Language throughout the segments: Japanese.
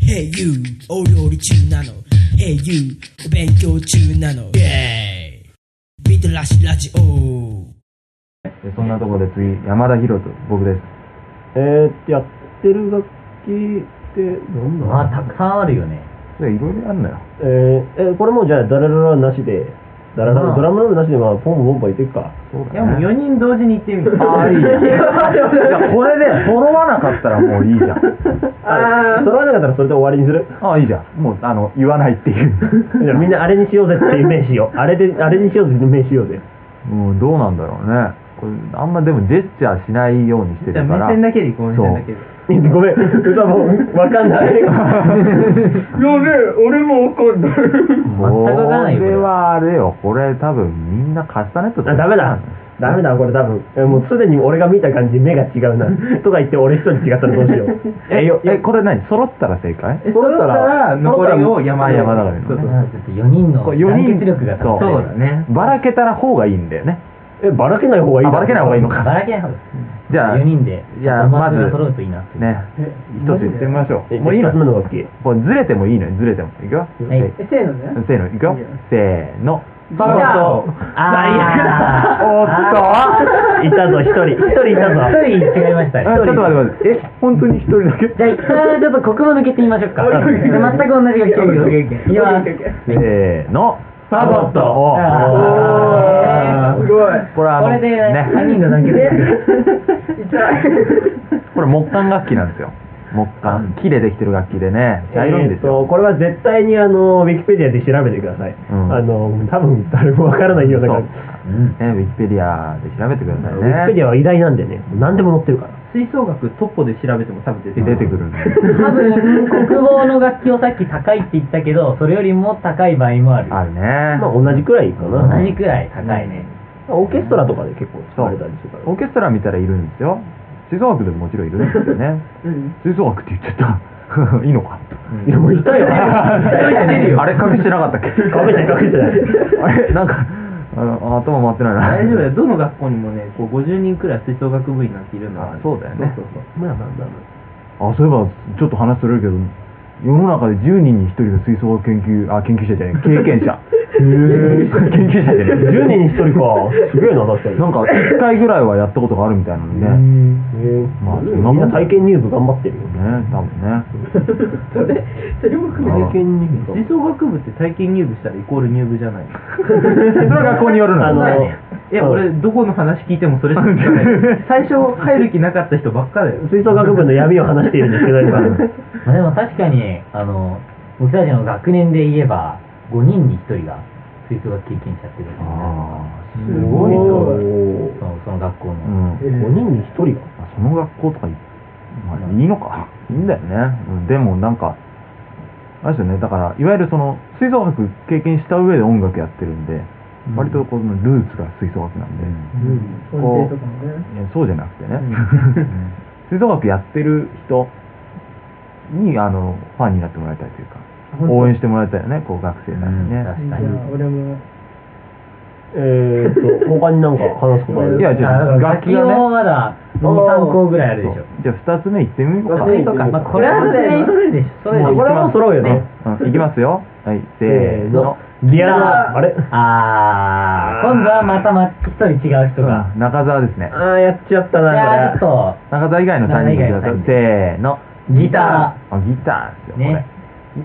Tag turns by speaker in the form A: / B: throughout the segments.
A: Hey you お料理中なの Hey you お勉強中なの Yeah ビートラシラジオ
B: えそんなところで次、山田博と僕です。
C: えー、やってる楽器ってどん
D: まあ、
C: な
D: たくさんあるよね。
B: で、いろいろあんのよ。
C: えー、えこれもうじゃあダラララなしでダララ
D: ま
C: ラ
D: あ
C: ドラムロールなしでまあポンポンポンいっていくか
B: そう
D: いや、もう4人同時に行ってみる。あ
B: あ、いいじ ゃん。いや、これで揃わなかったらもういいじゃん。
C: あ揃わなかったらそれで終わりに する
B: ああ、いいじゃん。もう、あの、言わないっていう。
C: じゃあみんなあれにしようぜっていう名詞よあれであれにしようぜっていう名詞ようぜ
B: もう、どうなんだろうね。これ、あんまでもジェスチャーしないようにして
D: じ
B: る
D: ゃあ、
B: か
D: 目
B: ら。
D: 線だけで行こう、目
B: そう
D: 線だけで。
C: ごめん歌もうわかんない
D: 全くわからないよ
B: こ
D: これ
B: れはあれよ。これ多分みんなカスタネット
C: あダメだダメだこれ多分えもうすでに俺が見た感じ目が違うなとか言って俺一人違ったらどうしよう
B: え、よえ、これ何揃ったら正解
D: え揃ったら、残りを山
B: 山だ
D: 々
B: から
D: に
B: ね
D: そうそうそうちょっと4人の
B: こ
D: 団
B: れ四
D: 結力が
B: そう
D: そうだね。
B: ばらけたら方がいいんだよね。
C: えばらけない方がいい
B: あばらけない方がいいの
D: ば
B: か。
D: らけない方がいい。
B: じゃあ
D: 4人で、
B: じゃあ
D: まず
B: まず
D: 揃うといいな。
B: ね。一つ言ってみましょう。
C: も
B: も
C: う
B: ういい
C: 一
B: の
C: つ目の楽器
B: これずれてもいいのよ、ずれても。いくよ。
D: はい。
E: せーのね。
B: せーの、いくよ
E: いいよ。
B: せーの。
E: バカ
B: おっと
D: あー
B: おっ
C: いたぞ一人一人いたぞ
D: 一人違いましたね。
B: とあちょっと待って待って。え、本当に一人だけ
D: じゃあ、一回ちょっとここも抜けてみましょうか。
E: オッケー
D: 全く同じが来てるよ。いきます
E: オッケーオッケー
B: せーの。サボットお
D: あ
B: お
D: ー
E: すごい。
B: これあ
D: こ
B: の、
D: れで
B: ね、
D: 3人の団結力。
E: 痛
B: これ木管楽器なんですよ。木管。木でできてる楽器でね、茶色いんですよ。
C: えーとこれは絶対にあのウィキペディアで調べてください、
B: ん
C: あの多分誰もわからないような
B: そう
C: 感じ
B: ね、ウィキペディアで調べてください
C: ウ
B: ね。
C: ィキペディアは偉大なんでね何でも載ってるから
E: い。吹奏楽トッポで調べても多分出てく
B: 出て
E: る。
B: くるんで。
D: 多分、国防の楽器をさっき高いって言ったけど、それよりも高い場合 もある。
B: あるね。
C: まあ同じくらいか
D: 同
C: な
D: じくらい高いね。
C: オーケストラとかで結構使われたりするから
B: オーケストラ見たらいるんですよ。吹奏楽でももちろんいるんですよね。
E: うん。
B: 吹奏楽って言っちゃった。 いいのか。
C: いやもういたよ
B: あれ隠してなかったっけ
C: 隠してない隠してない
B: あれなんか、あの頭回ってないな。
E: 大丈夫だよ。どの学校にもね、こう50人くらい吹奏楽部員なんているんだから
B: あそうだよね
E: そうそうそう
C: まあまあまあま
B: あ、そういえば、ちょっと話するけど、世の中で10人に1人が吹奏楽研究、あ、研究者じゃない、経験者。へ研究者じゃ
C: あ10
B: ない。
C: 人に1人かすげえな確かに
B: なんか、1回ぐらいはやったことがあるみたいなのでね。
C: へえ
B: まあそんなも
C: み
B: ん
C: んな体験入部頑張ってるよ
B: ね、多分ね。
E: それ、それも含め
B: 体
E: て。
C: 験入
E: 吹奏楽部って体験入部したらイコール入部じゃない。
B: それは学校によるの
C: あの
B: よ
E: え、俺、どこの話聞いてもそれしか聞かない。最初、入る気なかった人ばっかだよ。
C: 吹奏楽部の闇を話しているんですけど今
D: まあ、でも確かに、あの、僕たちの学年で言えば、5人に1人が吹奏楽経験者っていうか、
B: あ
C: すごいな
D: そのその学校の。
B: ーうん。
C: 5人に1人が
B: その学校とかい、まあ、いいのか。いいんだよね。うんでもなんか、あれですよね、だから、いわゆるその、吹奏楽経験した上で音楽やってるんで、割とこのルーツが吹奏楽なんで、こういやそうじゃなくてね、 吹奏楽やってる人に、あの、ファンになってもらいたいというか、応援してもらいたいよね、こう学生さんにね。
D: 確かに。
C: えーっと他になんか話すことある
B: いや、じゃあ、
D: だから
B: 楽器が
D: 楽器
B: ね
D: もまだ2、3個ぐらいあるでし
B: そ
D: ょ
B: う。じゃあ、二つ目行ってみようか。
C: 二つ目行ってみよう
D: まあ、これはさすがに取れるでしょ。それで
C: まあこれはもう揃うよね。
B: うん、いきますよ。はい、せーの。
C: リアラあれ
D: あー、今度はまたま一人違う人が。
B: 中澤ですね。
C: ああ、やっちゃった
D: じゃあ、ち
C: こ
D: ょっ
B: 中澤以外の3人でください
D: 中。
B: せーの。
D: と、ギタ
B: あ、ギターですよ、
D: ね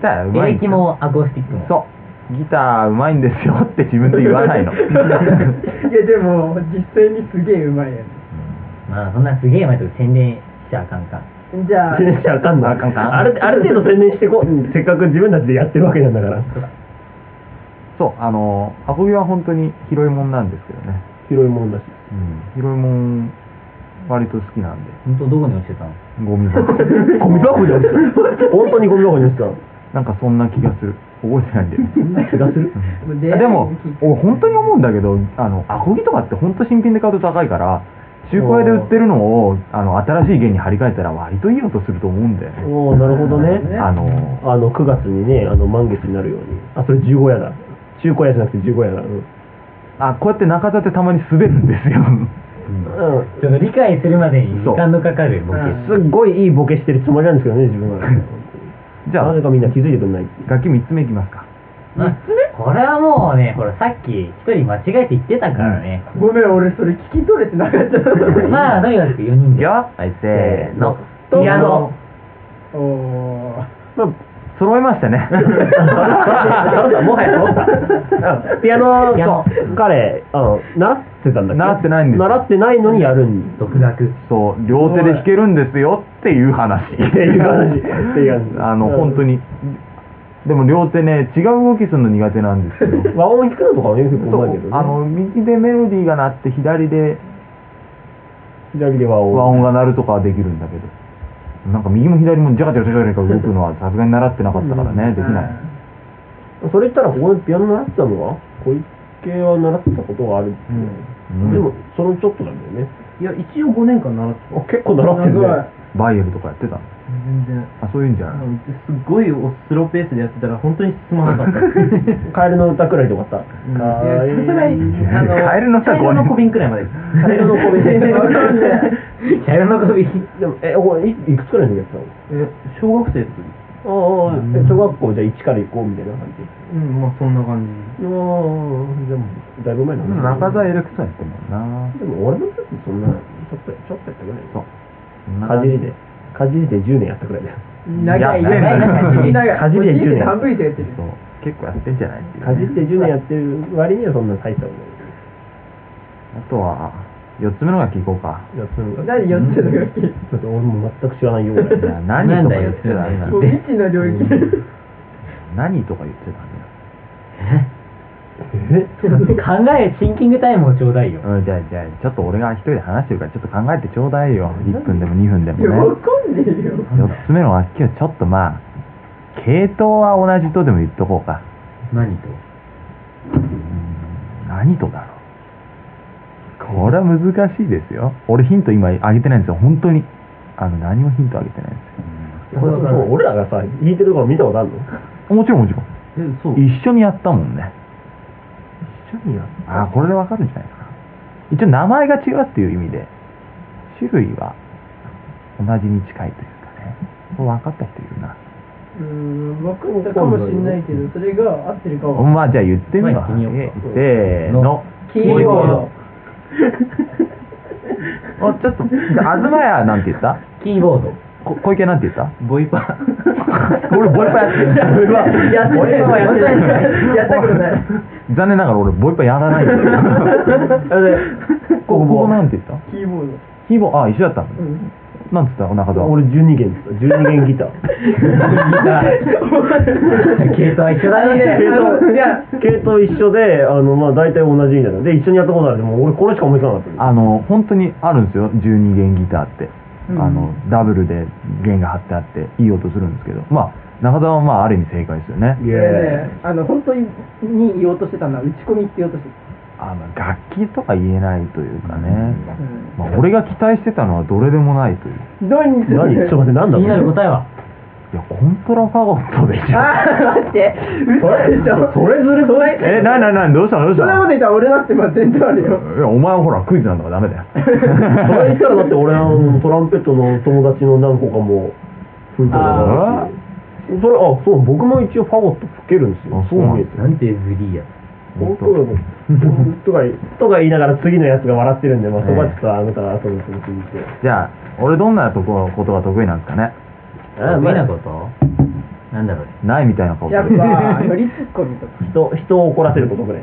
B: これ。ギターう
D: ー、
B: まい
D: エ
B: ん
D: レ
B: です
D: キ
B: よ。
D: もアコースティックも。
B: そう。ギターうまいんですよ って自分 で言わないの。
E: いやでも実際にすげえうまいや
D: まあ、そんなすげえ前と宣伝しちゃあかんかん。
E: んじゃあ
C: 宣伝しちゃあかんの
B: あかんかん
C: あるある程度宣伝してこうせっかく自分たちでやってるわけなんだから
B: そう、あの、アコギは本当に広いもんなんですけどね。
C: 広いもんだし
B: うん、広いもん、割と好きなんで。
D: 本当どこに落ちてたの
B: ゴミ箱。
C: ゴミ箱に落ちた本当にゴミ箱に落ちた
B: なんかそんな気がする。覚えてないんだよね。
C: そんな気がする
B: あでも、俺本当に思うんだけど、あの、アコギとかって本当新品で買うと高いから、中古屋で売ってるのを、あの、新しい弦に張り替えたら割といい音すると思うんだよね。
C: おおなるほどね
B: あの、
C: あの9月にねあの満月になるようにあそれ15夜だ中古屋じゃなくて15夜だうん、
B: あ、こうやって中田ってたまに滑るんですよ。
C: うん、
D: ちょっと理解するまでに時間のかかるボケ。
C: すっごいいいボケしてるつもりなんですけどね自分は
B: じじゃあ
C: なぜかみんな気づいてくんないっていう
B: 楽器3つ目いきますか
D: これはもうね、ほら、さっき一人間違えて言ってたからね。
E: ごめん、俺それ聞き取れてなかった。
D: まあ、とにかく4人
B: いく
D: で。
B: よ
F: はい、せーの。
D: ピアノ。
E: おー。
B: まあ揃いま したね
C: そうだもはやそうだピアノ、
D: ピアノ
C: そう彼、あの、習ってたんだ
B: 習っ
C: っけ
B: てないんですよ
C: 習ってないのにやる ん
D: 独学。
B: そう両手で弾けるんですよっていう話って
C: いう話っていう話
B: あの
C: うん
B: 本当にでも両手ね違う動きするの苦手なんですけど
C: 和音弾くのとかはね、結構
B: そう
C: うまいけどね。
B: あの右でメロディーが鳴って左で
C: 左で和音。
B: 和音が鳴るとかはできるんだけどなんか右も左もジャカジャカジャカジャカ動くのはさすがに習ってなかったからねできない
C: それ言ったら、ここでピアノ習ってたのは、小池は習ってたことがあるって。
B: うん
C: でも、そのちょっとなんだよね。
E: いや、一応5年間習って
C: あ結構習ってるね。
B: バイエルとかやってたの
E: た。全然。
B: あそういうんじゃ
E: あ
B: ない
E: のすごいおスローペースでやってたら本当に進まなかった。うん
C: カエルの歌くらいとかさ。
E: い
C: か
E: や
C: わいい
E: さ すがに、あの、
B: カエルのさ
E: カエルの小瓶くらいまで。カ
C: エルの小 瓶
D: キャラの首。
C: でも、え、おいいくつくらいの時やってたの
E: え、小学生の時。
C: ああ、え小学校じゃあ1から行こうみたいな感じ。
E: うん、まあそんな感じ。
C: ああ、でも、だいぶ前の
B: で
C: 話
B: も中澤エレクトーンやってんもんな
C: でも俺の時そんな、ちょっと、ちょっとやったぐらい
B: そう
C: かじりで、かじりで10年やったぐらいだよ。
G: 長い
B: いや
G: 長い
C: かじりで10年。
G: 半分以上やってる
B: そう結構やってんじゃないっていう
C: かじりで10年やってる割にはそんな大したこと
B: あとは4つ目の楽器いこうか
C: ない。いや、その
G: 何やってるのよ
C: ちょっと俺も全く知らないよう
B: いや
C: な。
B: 何とか言ってたらダメな
G: も
B: ん
G: う
B: だ
G: 未知の領域
B: 何とか言ってたんだよ
C: え
D: ちょっと考え、シンキングタイムをちょうだいよ。
B: うん、じゃあ、じゃあ、ちょっと俺が一人で話してるから、ちょっと考えてちょうだいよ。1分でも2分でも
G: いやわ
B: ね。
G: かんねえよ
B: 4つ目の楽器はちょっとまあ、系統は同じとでも言っとこうか。
D: 何と
B: うん何とだろう。これは難しいですよ。俺ヒント今あげてないんですよ。本当に。あの、何もヒントあげてないんです
C: これはもう俺らがさ、弾いてるとこ見たことあるの
B: よ。もちろんもちろん。
E: え、そう。
B: 一緒にやったもんね。
C: 一緒にやっ
B: ああ、これでわかるんじゃないかな。一応名前が違うっていう意味で、種類は同じに近いというかね。これ分かった人いるな。
G: うーん分かったかもしれないけどそれが合ってるかは
B: まあじゃあ言ってみよ
D: まあ言って
B: う。
D: みよ
B: せーの。
G: 黄色いの
B: おちょっと、じゃあ東屋なんて言った
D: キーボード。
B: こ小池なんて言った
E: ボイパ。
B: 俺ボイパやってる。ボイパ
G: やってないやってないやったことない
B: 残念ながら俺ボイパやらないんだ けどこここなんて言った
G: キーボード
B: キーボーあ、一緒だったの
G: うん
B: なんつったお中
C: た
B: 田。
C: 俺12弦ですよ。12弦ギター。
D: 系統は一緒だね。
C: 系統、いや、系統一緒で、あの、まあ大体同じみたいな。で、一緒にやったことあるでもう俺これしか思いつかなかった。
B: あの、本当にあるんですよ。12弦ギターって。あの、ダブルで弦が張ってあって、いい音するんですけど。まあ、中田はまあ、ある意味正解ですよね。
C: イ
G: これ
C: エーイ
G: ねあの本当に言おうとしてたのは打ち込みって言おうとして
B: あの、楽器とか言えないというかね。
G: たうん
B: まあ、俺が期待してたのはどれでもないという。
G: 何する
C: 何ちょっと待って、なん
D: 気
C: だ
D: になる
C: ろう。
D: 答えは。
B: いや、コントラファゴットでしょ。
G: あー待って
C: それ
G: 嘘でしょ
C: それずるくない
B: え、なになになにどうしたのどうし
G: そんな
B: た
G: こと言っ
B: の
G: たら俺だってまあ全然あるよ
B: いや、お前はほら、クイズなんだからダメだよ。
C: それ 言ったらだって俺あのトランペットの友達の何個かも吹いてる
B: あ
C: しそれあそう僕も一応ファゴット吹けるんですよ
B: あそうなんです
D: なんてずりいや
C: 本当だもんとかとか言いながら次のやつが笑ってるんで、まあ、そこはちょっとあなたは後で続いて
B: じゃあ、俺どんなとこ、ことが得意なんですかね。
D: つ。得意なことなん だろうね。
B: ないみたいな顔して
G: やっ
B: る。
G: ぱ乗りツッコミとか
C: 人人を怒らせることぐらい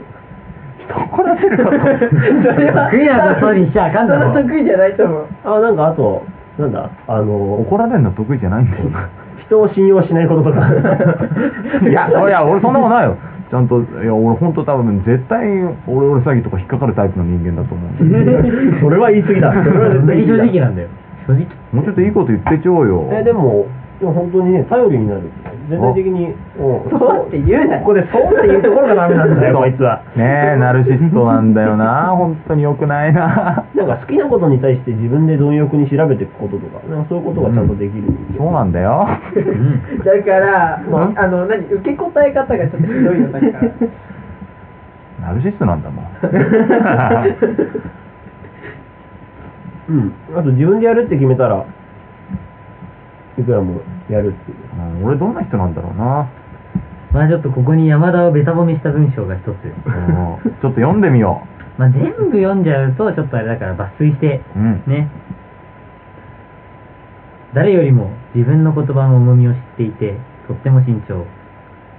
B: 怒らせること。
G: それは
D: 得意なことにしちゃあかんだろ
G: そんな得意じゃないと思う
C: あなんかあとなんだあの
B: 怒られるの得意じゃないんだよ。
C: 人を信用しないこととか
B: いや、いや、俺そんなことないよ。ちゃんと、いや、俺本当多分、絶対、俺俺詐欺とか引っかかるタイプの人間だと思うん で。
C: それは言い過ぎだそれは絶対言い過
D: 正
C: ぎ
D: 直
C: だ
D: なんだよ。正直。
B: もうちょっといいこと言ってちょうよ。
C: えでもでも本当にね頼りになる全体的にうん
G: そうって言うな
C: ここでそうっていうところがダメなんだよ、こいつは。
B: ねえ、ナルシストなんだよな。本当に良くないな。
C: なんか好きなことに対して自分で貪欲に調べていくこととか、なんかそういうことがちゃんとできる。
B: そうなんだ
G: だ
B: よ。
G: から、
B: うん
G: あの何受け答え方がちょっとひどいのだから
B: ナルシストなんだもん。
C: うん。あと自分でやるって決めたら、いくらもやるってい
B: う
C: う。
B: ん俺どんな人なんだろうな。
D: まあちょっとここに山田をべた褒めした文章が一つ。
B: うんちょっと読んでみよ
D: まあ全部読んじゃうとちょっとあれだから抜粋して、
B: う。うん。
D: ね。誰よりも自分の言葉の重みを知っていて、とっても慎重。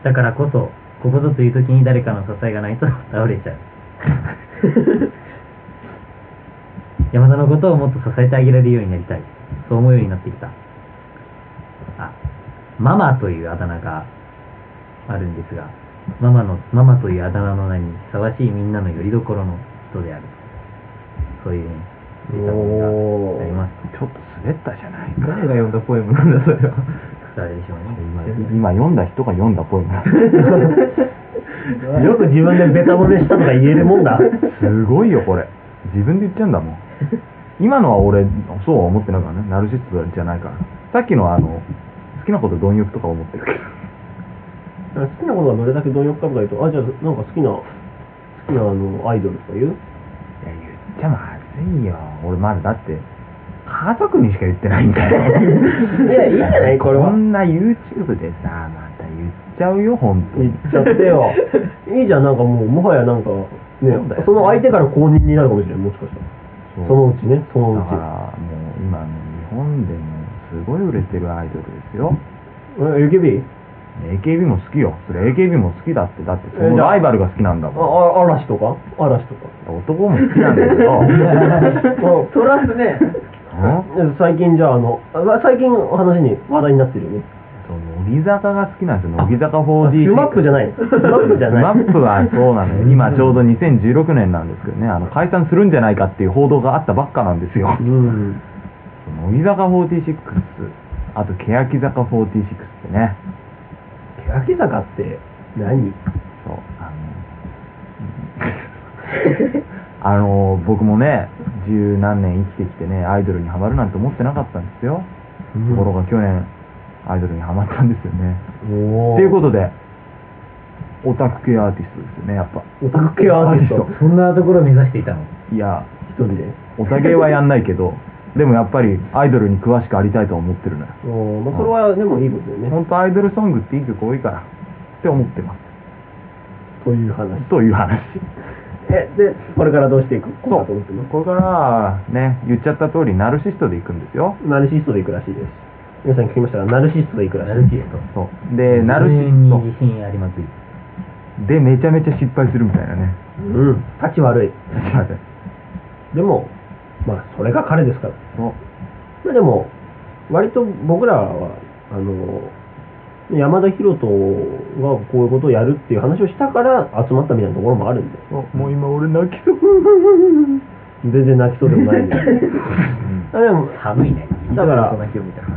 D: だからこそ、ここぞという時に誰かの支えがないと 倒れちゃう。山田のことをもっと支えてあげられるようになりたい。そう思うようになってきた。あ、ママというあだ名があるんですが、ママの、ママというあだ名の名にふさわしいみんなの拠り所の人である。そういうね、出たものがあります。
B: ちょっと滑ったじゃないか。
E: 誰が読んだポエムなんだ、それは。
D: 誰でしょう
B: 今
D: ね。
B: 今読んだ人が読んだポエム。
C: よく自分でベタ褒めしたとか言えるも んだ。
B: すごいよ、これ。自分で言っちゃうんだもん。今のは俺、そうは思ってないからね。ナルシストじゃないから。さっきのはあの、好きなこと貪欲とか思ってるけど。
C: 好きなことがどれだけ貪欲かとか言うと、あ、じゃあ、なんか好きな、好きなあの、アイドルとか言う
B: いや、言っちゃまずいよ。俺まだだって、家族にしか言ってないんだよ。
C: いやいいんじゃないこれは
B: こんな YouTube でさ、また言っちゃうよ、本当に。
C: 言っちゃってよ。 いいじゃん、なんかもう、もはやなんか、
B: そう
C: ね
B: だよね、
C: その相手から公認になるかもしれない、もしかした
B: そ
C: ら。
B: う
C: そのうちね、そのう
B: だ
C: ち
B: か。ら、もう今、日本でもすごい売れてるアイドルですよ。
C: え、AKB?
B: AKB も好きよ。それ AKB も好きだって、だってそ
C: え
B: の
C: じゃあ
B: ライバルが好きなんだ
C: あ
B: もん。
C: あ、嵐とか嵐 とか。
B: 男も好きなんだ けど。
C: あ
G: トランプね、
B: うん
C: 最近じゃあ、あの、あ最近お話に話題になってるよね。
B: そう乃木坂が好きなんですよ。乃木坂
C: あス
B: 4D。
C: マップじゃないの。スマップじゃない。
B: マップはそうなの よ。今ちょうど2016年なんですけどね、あの解散するんじゃないかっていう報道があったばっかなんですよ。
C: うん。
B: 乃木坂46、あと欅坂46ってね、
C: 欅坂って何
B: そう、あの、うん あの、僕もね、十何年生きてきてね、アイドルにハマるなんて思ってなかったんですよ。ところが去年、アイドルにハマったんですよね。
C: お
B: ということで、オタク系アーティストですよね、やっぱ。
C: オタク系アーティスト。
D: そんなところを目指していたの。
B: いや、
C: 一人で。
B: お酒はやんないけど、でもやっぱりアイドルに詳しくありたいと思ってるのよ。
C: おまあ、それはでもいいことだよね。
B: 本当アイドルソングっていい曲多いからって思ってます。
C: という話。
B: という話。
C: え、で、これからどうしていくか
B: そう。
C: と思ってます。
B: これからね、言っちゃった通りナルシストで行くんですよ。
C: ナルシストで行くらしいです。皆さん聞きましたが、ナルシストで行くら
D: ナ
C: しい
D: ル
C: です。
D: シスト。
B: そう。で、ナルシ
D: 自分に自信ありまくり。
B: ストでめちゃめちゃ失敗するみたいなね。
C: うん。立ち悪い。でも、まあ、それが彼ですから。
B: そう。
C: まあでも、割と僕らは、あの、山田博人がこういうことをやるっていう話をしたから集まったみたいなところもあ るんで。
B: そうもう今俺泣きそう。
C: 全然泣きそうでもないん で。あでも、
D: 寒いね。
C: だから
D: そんな日を見たか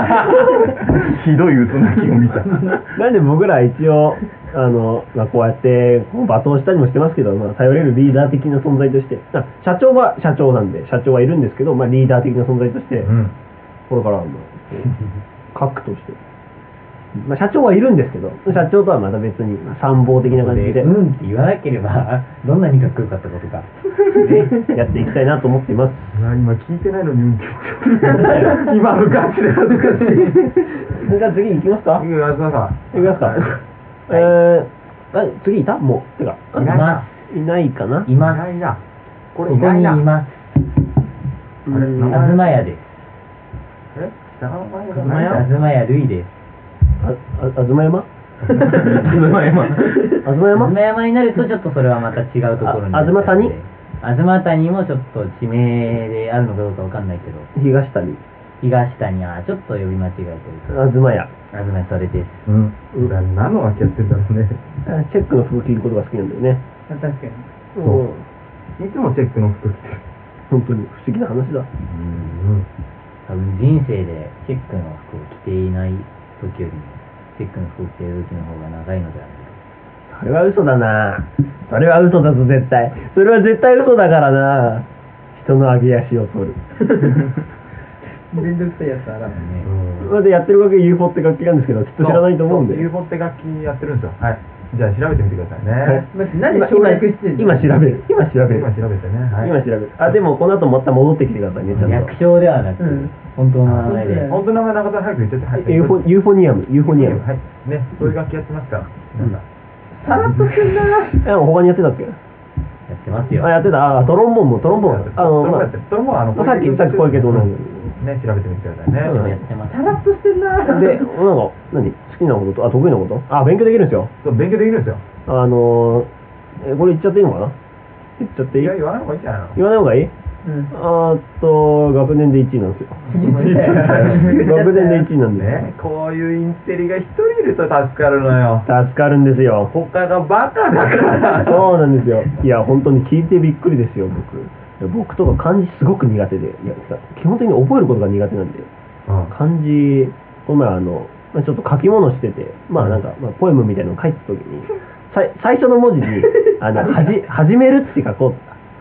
B: ひどい嘘泣きを見た。
C: なんで僕ら一応、あの、まあ、こうやって、こう罵倒したりもしてますけど、まあ、頼れるリーダー的な存在として、あ社長は社長なんで、社長はいるんですけど、まあ、リーダー的な存在として、これからは、まあ、核として。まあ、社長はいるんですけど、社長とはまた別に、まあ参謀的な感じで
D: で、うんって言わなければ、どんなにかっこよかったことか。
C: やっていきたいなと思っています。
B: 今聞いてないのにうんって言っちゃった 今のガチで恥ずかしい。
C: じゃあ次行きますか行
B: うん、あそうか
C: きますか。えー、あ次いたもう。てか、
D: いま
C: いないかな
D: す。います。
B: いな。こ
D: ここにいます。
C: う
B: れ
C: ん
D: あずまやです。
B: え下の前
D: あずまやるいです。
C: あ、あ、あずま 山
E: 今、今。
C: あずま
D: あず
C: 山
D: ま山になると、ちょっとそれはまた違うところに。
C: ああずま谷
D: あずま谷もちょっと地名であるのかどうかわかんないけど、
C: 東谷。
D: 東谷はちょっと呼び間違えてる
C: あずま屋。
D: あずまやそれです。
E: うん。
C: うん
E: な何の訳やってんだろうね。
C: あチェックの服着ることが好きなんだよね。
G: 確かに。
C: うん。
E: いつもチェックの服着てる。
C: 本当に不思議な話だ。
E: うん。
D: 多分人生でチェックの服を着ていない時よりも、チェックの服を着ている時の方が長いのではないか。
C: それは嘘だなそれは嘘だぞ、絶対。それは絶対嘘だからな人の上げ足を取る。
G: めんどくさいやつ洗う。
D: ね
C: まあでやってる楽器 UFO って楽器なんですけど、きっと知らないと思うんで。
B: UFO って楽器やってるんですよ。はい。
E: じゃあ調べてみてくださいね。
G: まずなんで省略してんの
C: 今今調べる。今調べる。
E: 今調べてね。はい
C: 今調べる。あ、でもこの後また戻ってきてくださいね、ちゃん
D: 略称ではなく、
G: うん
D: 本当の名前で。
E: 本当の名前中田早く言ってて、はい。
C: と。ユーフォユーフォニアム、ユーフォニアム。
E: はい。ね、そういう楽器やってますから、皆さん。
G: さらっとすんな
C: え、他にやってたっけ
D: やってますよ
C: あ、。やってた。あ、トロンボーンも、トロンボーン。あの、
E: それも
C: ま
E: やってるそれもあの、
C: さっきさっき小池と同じ
E: ね、調べてみてくださいね。
C: うん
D: やってます
G: さ。らっとしてんな
C: あで、なんか、何好きなことと、あ、得意なことあ、勉強できるんですよ。
E: そう、勉強できるんですよ。
C: あのー、え、これ言っちゃっていいのかな言っちゃってい
E: い
C: い
E: や、言わない方がいいんじゃないの
C: 言わない方がいい
G: うん
C: あーっと、学年で1位なんですよ。学年で1位なんで。
E: ね、こういうインテリが一人いると助かるのよ。
C: 助かるんですよ。
E: 他がバカだから。
C: そうなんですよ。いや、本当に聞いてびっくりですよ、僕。いや僕とか漢字すごく苦手で、いやさ基本的に覚えることが苦手なんで、
E: うん
C: 漢字、この前あの、まあ、ちょっと書き物してて、まあなんか、まあ、ポエムみたいなの書いてた時 に、さい最初の文字に、あの、はじ、始めるって書こう。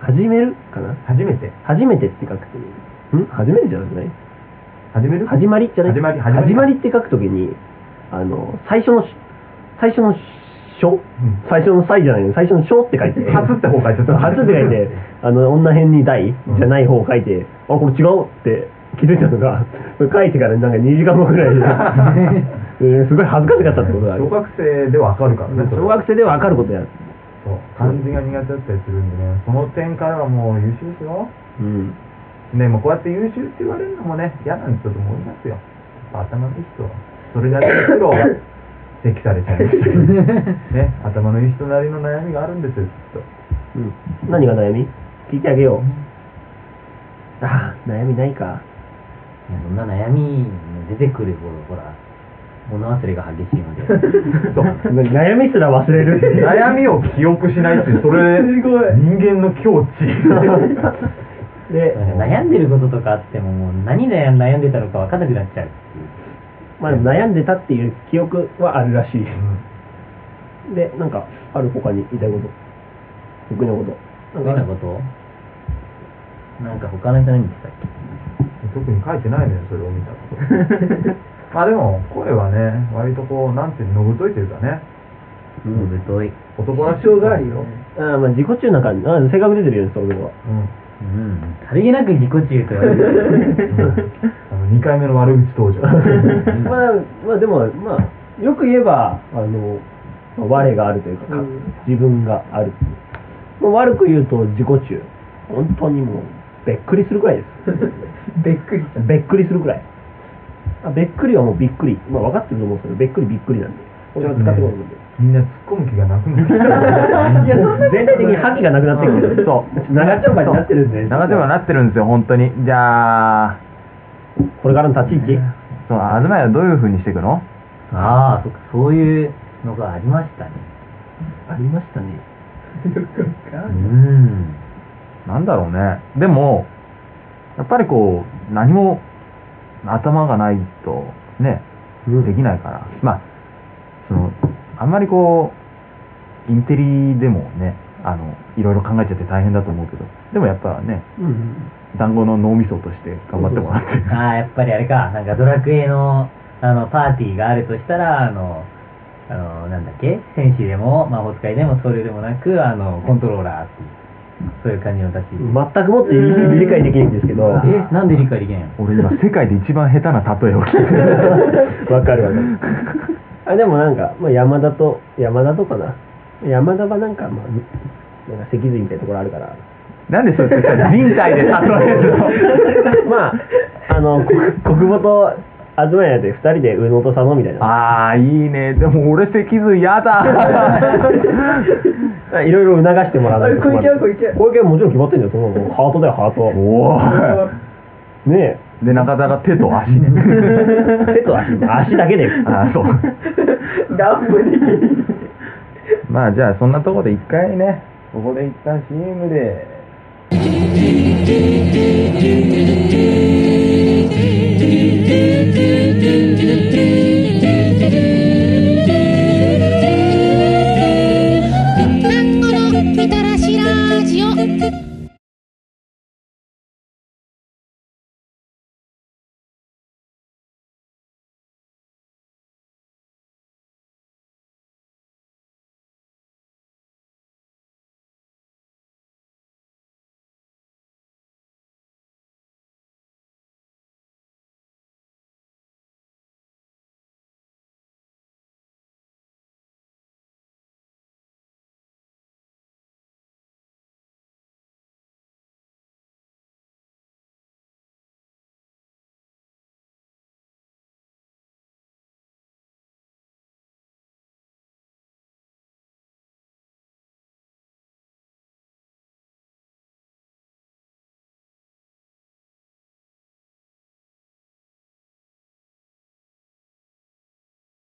C: 始めるかな
E: 初めて。
C: 初めてって書くときに、ん初めてじゃなくない
E: 始める
C: 始まりじゃない
E: 始まり始まり
C: 始まりって書くときに、あの、最初のし、最初の書、
E: ん
C: 最初の歳じゃないの、最初の書って書いて。
E: 初って方書いちゃった
C: 初って書いて、あの、女編に大じゃない方を書いて、あ、これ違うって気づいたのが、それ書いてからなんか2時間後ぐらいで、 えーすごい恥ずかしかったってことがある
E: 小。学生でわかるからね。それ
C: 小
E: は
C: 学生でわかることやる。
E: そう。漢字が苦手だったりするんでね、その点からはもう優秀ですよ。
C: うん。
E: ね、もうこうやって優秀って言われるのもね、嫌なんだと思いますよ。やっぱ頭のいい人は。それなりの苦労 が指摘されちゃいましたけど。ね、頭のいい人なりの悩みがあるんですよ、きっと。
C: うん。何が悩み聞いてあげよう。あー、悩みないか。
D: いやそんな悩み出てくる頃、ほら、物忘れが激しいので。
E: そう
C: 悩みすら忘れる。
E: 悩みを記憶しないっていう、それ、人間の境 地。
C: で、
D: 悩んでることとかあっても、もう何で悩んでたのか分かんなくなっちゃうっていう。
C: まあ、悩んでたっていう記憶はあるらしい。で、なんか、ある他に言いたいこと。得意なこと。
D: 得意
C: なん
D: な
C: か、
D: ことなんか他の人何言ってたっけ
E: 特に書いてないのよ、それを見たこと。まあでも、声はね、割とこう、なんていうの、のぶといというかね、
D: うん、ぶとい。
E: 男らしい。
G: 主張があるよ
C: あーまあ、自己中な感じ。あー性格出てるよね、そのとこは。
E: うん。
D: うん。さりげなく自己中と言われ
E: う
D: る。
E: んあの、2回目の悪口登場。
C: まあ、まあ、でも、まあ、よく言えば、あの、まあ我があるというか、か
G: うん
C: 自分があるっていう。まあ悪く言うと自己中。本当にもう、べっくりするくらいです。
G: びっくりした
C: べっくりするくらい。あべっくりはもうびっくり。まあ、分かってると思うんですけど、べっくりびっくりなんで。これは使ってこないんで。
E: みんな突っ込む気がなくなってき
G: いやそんなこと
C: 全体的に覇気がなくなってくる。そう。長丁場になってるんで。
B: 長丁場になってるんですよ、本当に。じゃあ、
C: これからの立ち位置
B: そう、東屋はどういう風にしていくの
D: ああ、そっか、そういうのがありましたね。
C: ありましたね。
D: うん。
B: なんだろうね。でも、やっぱりこう、何も頭がないと、ね、できないから。まあ、その、あんまりこう、インテリでもね、あの、いろいろ考えちゃって大変だと思うけど、でもやっぱね、
C: うん。
B: 団子の脳みそとして頑張ってもらって。
D: ああ、やっぱりあれか、なんかドラクエの、あの、パーティーがあるとしたら、あの、あの、なんだっけ戦士でも、魔法使いでも、僧侶でもなく、あの、コントローラーっていう、そういう感じの立ち位置。
C: 全くもって理解できないんですけど、わ
D: え、なんで理解できないの
B: 俺今、世界で一番下手な例えを聞いて る。
C: かるわかる。あ、でもなんか、まあ、山田と、山田とかな。山田はなんか、まあ、なんか脊髄みたいなところあるから。
B: なんでそうやってさ、人体で例えるの
C: まあ、あの、 国国母と東屋で二人で宇野と佐野みたいな。
B: ああ、いいね。でも俺脊髄や だ。
C: いろいろ促してもらわないと困
G: 小
C: る。
G: 池は小池
C: 小池はもちろん決まってんじゃん。そのハートだよ、ハート。
B: おー
C: ねえ。
B: で、中田が手と足ね。
C: 手と足、足だけで。
B: あ あ、そう。
G: 乱暴に
B: まあじゃあそんなとこで一回ね、ここで一旦 CM で。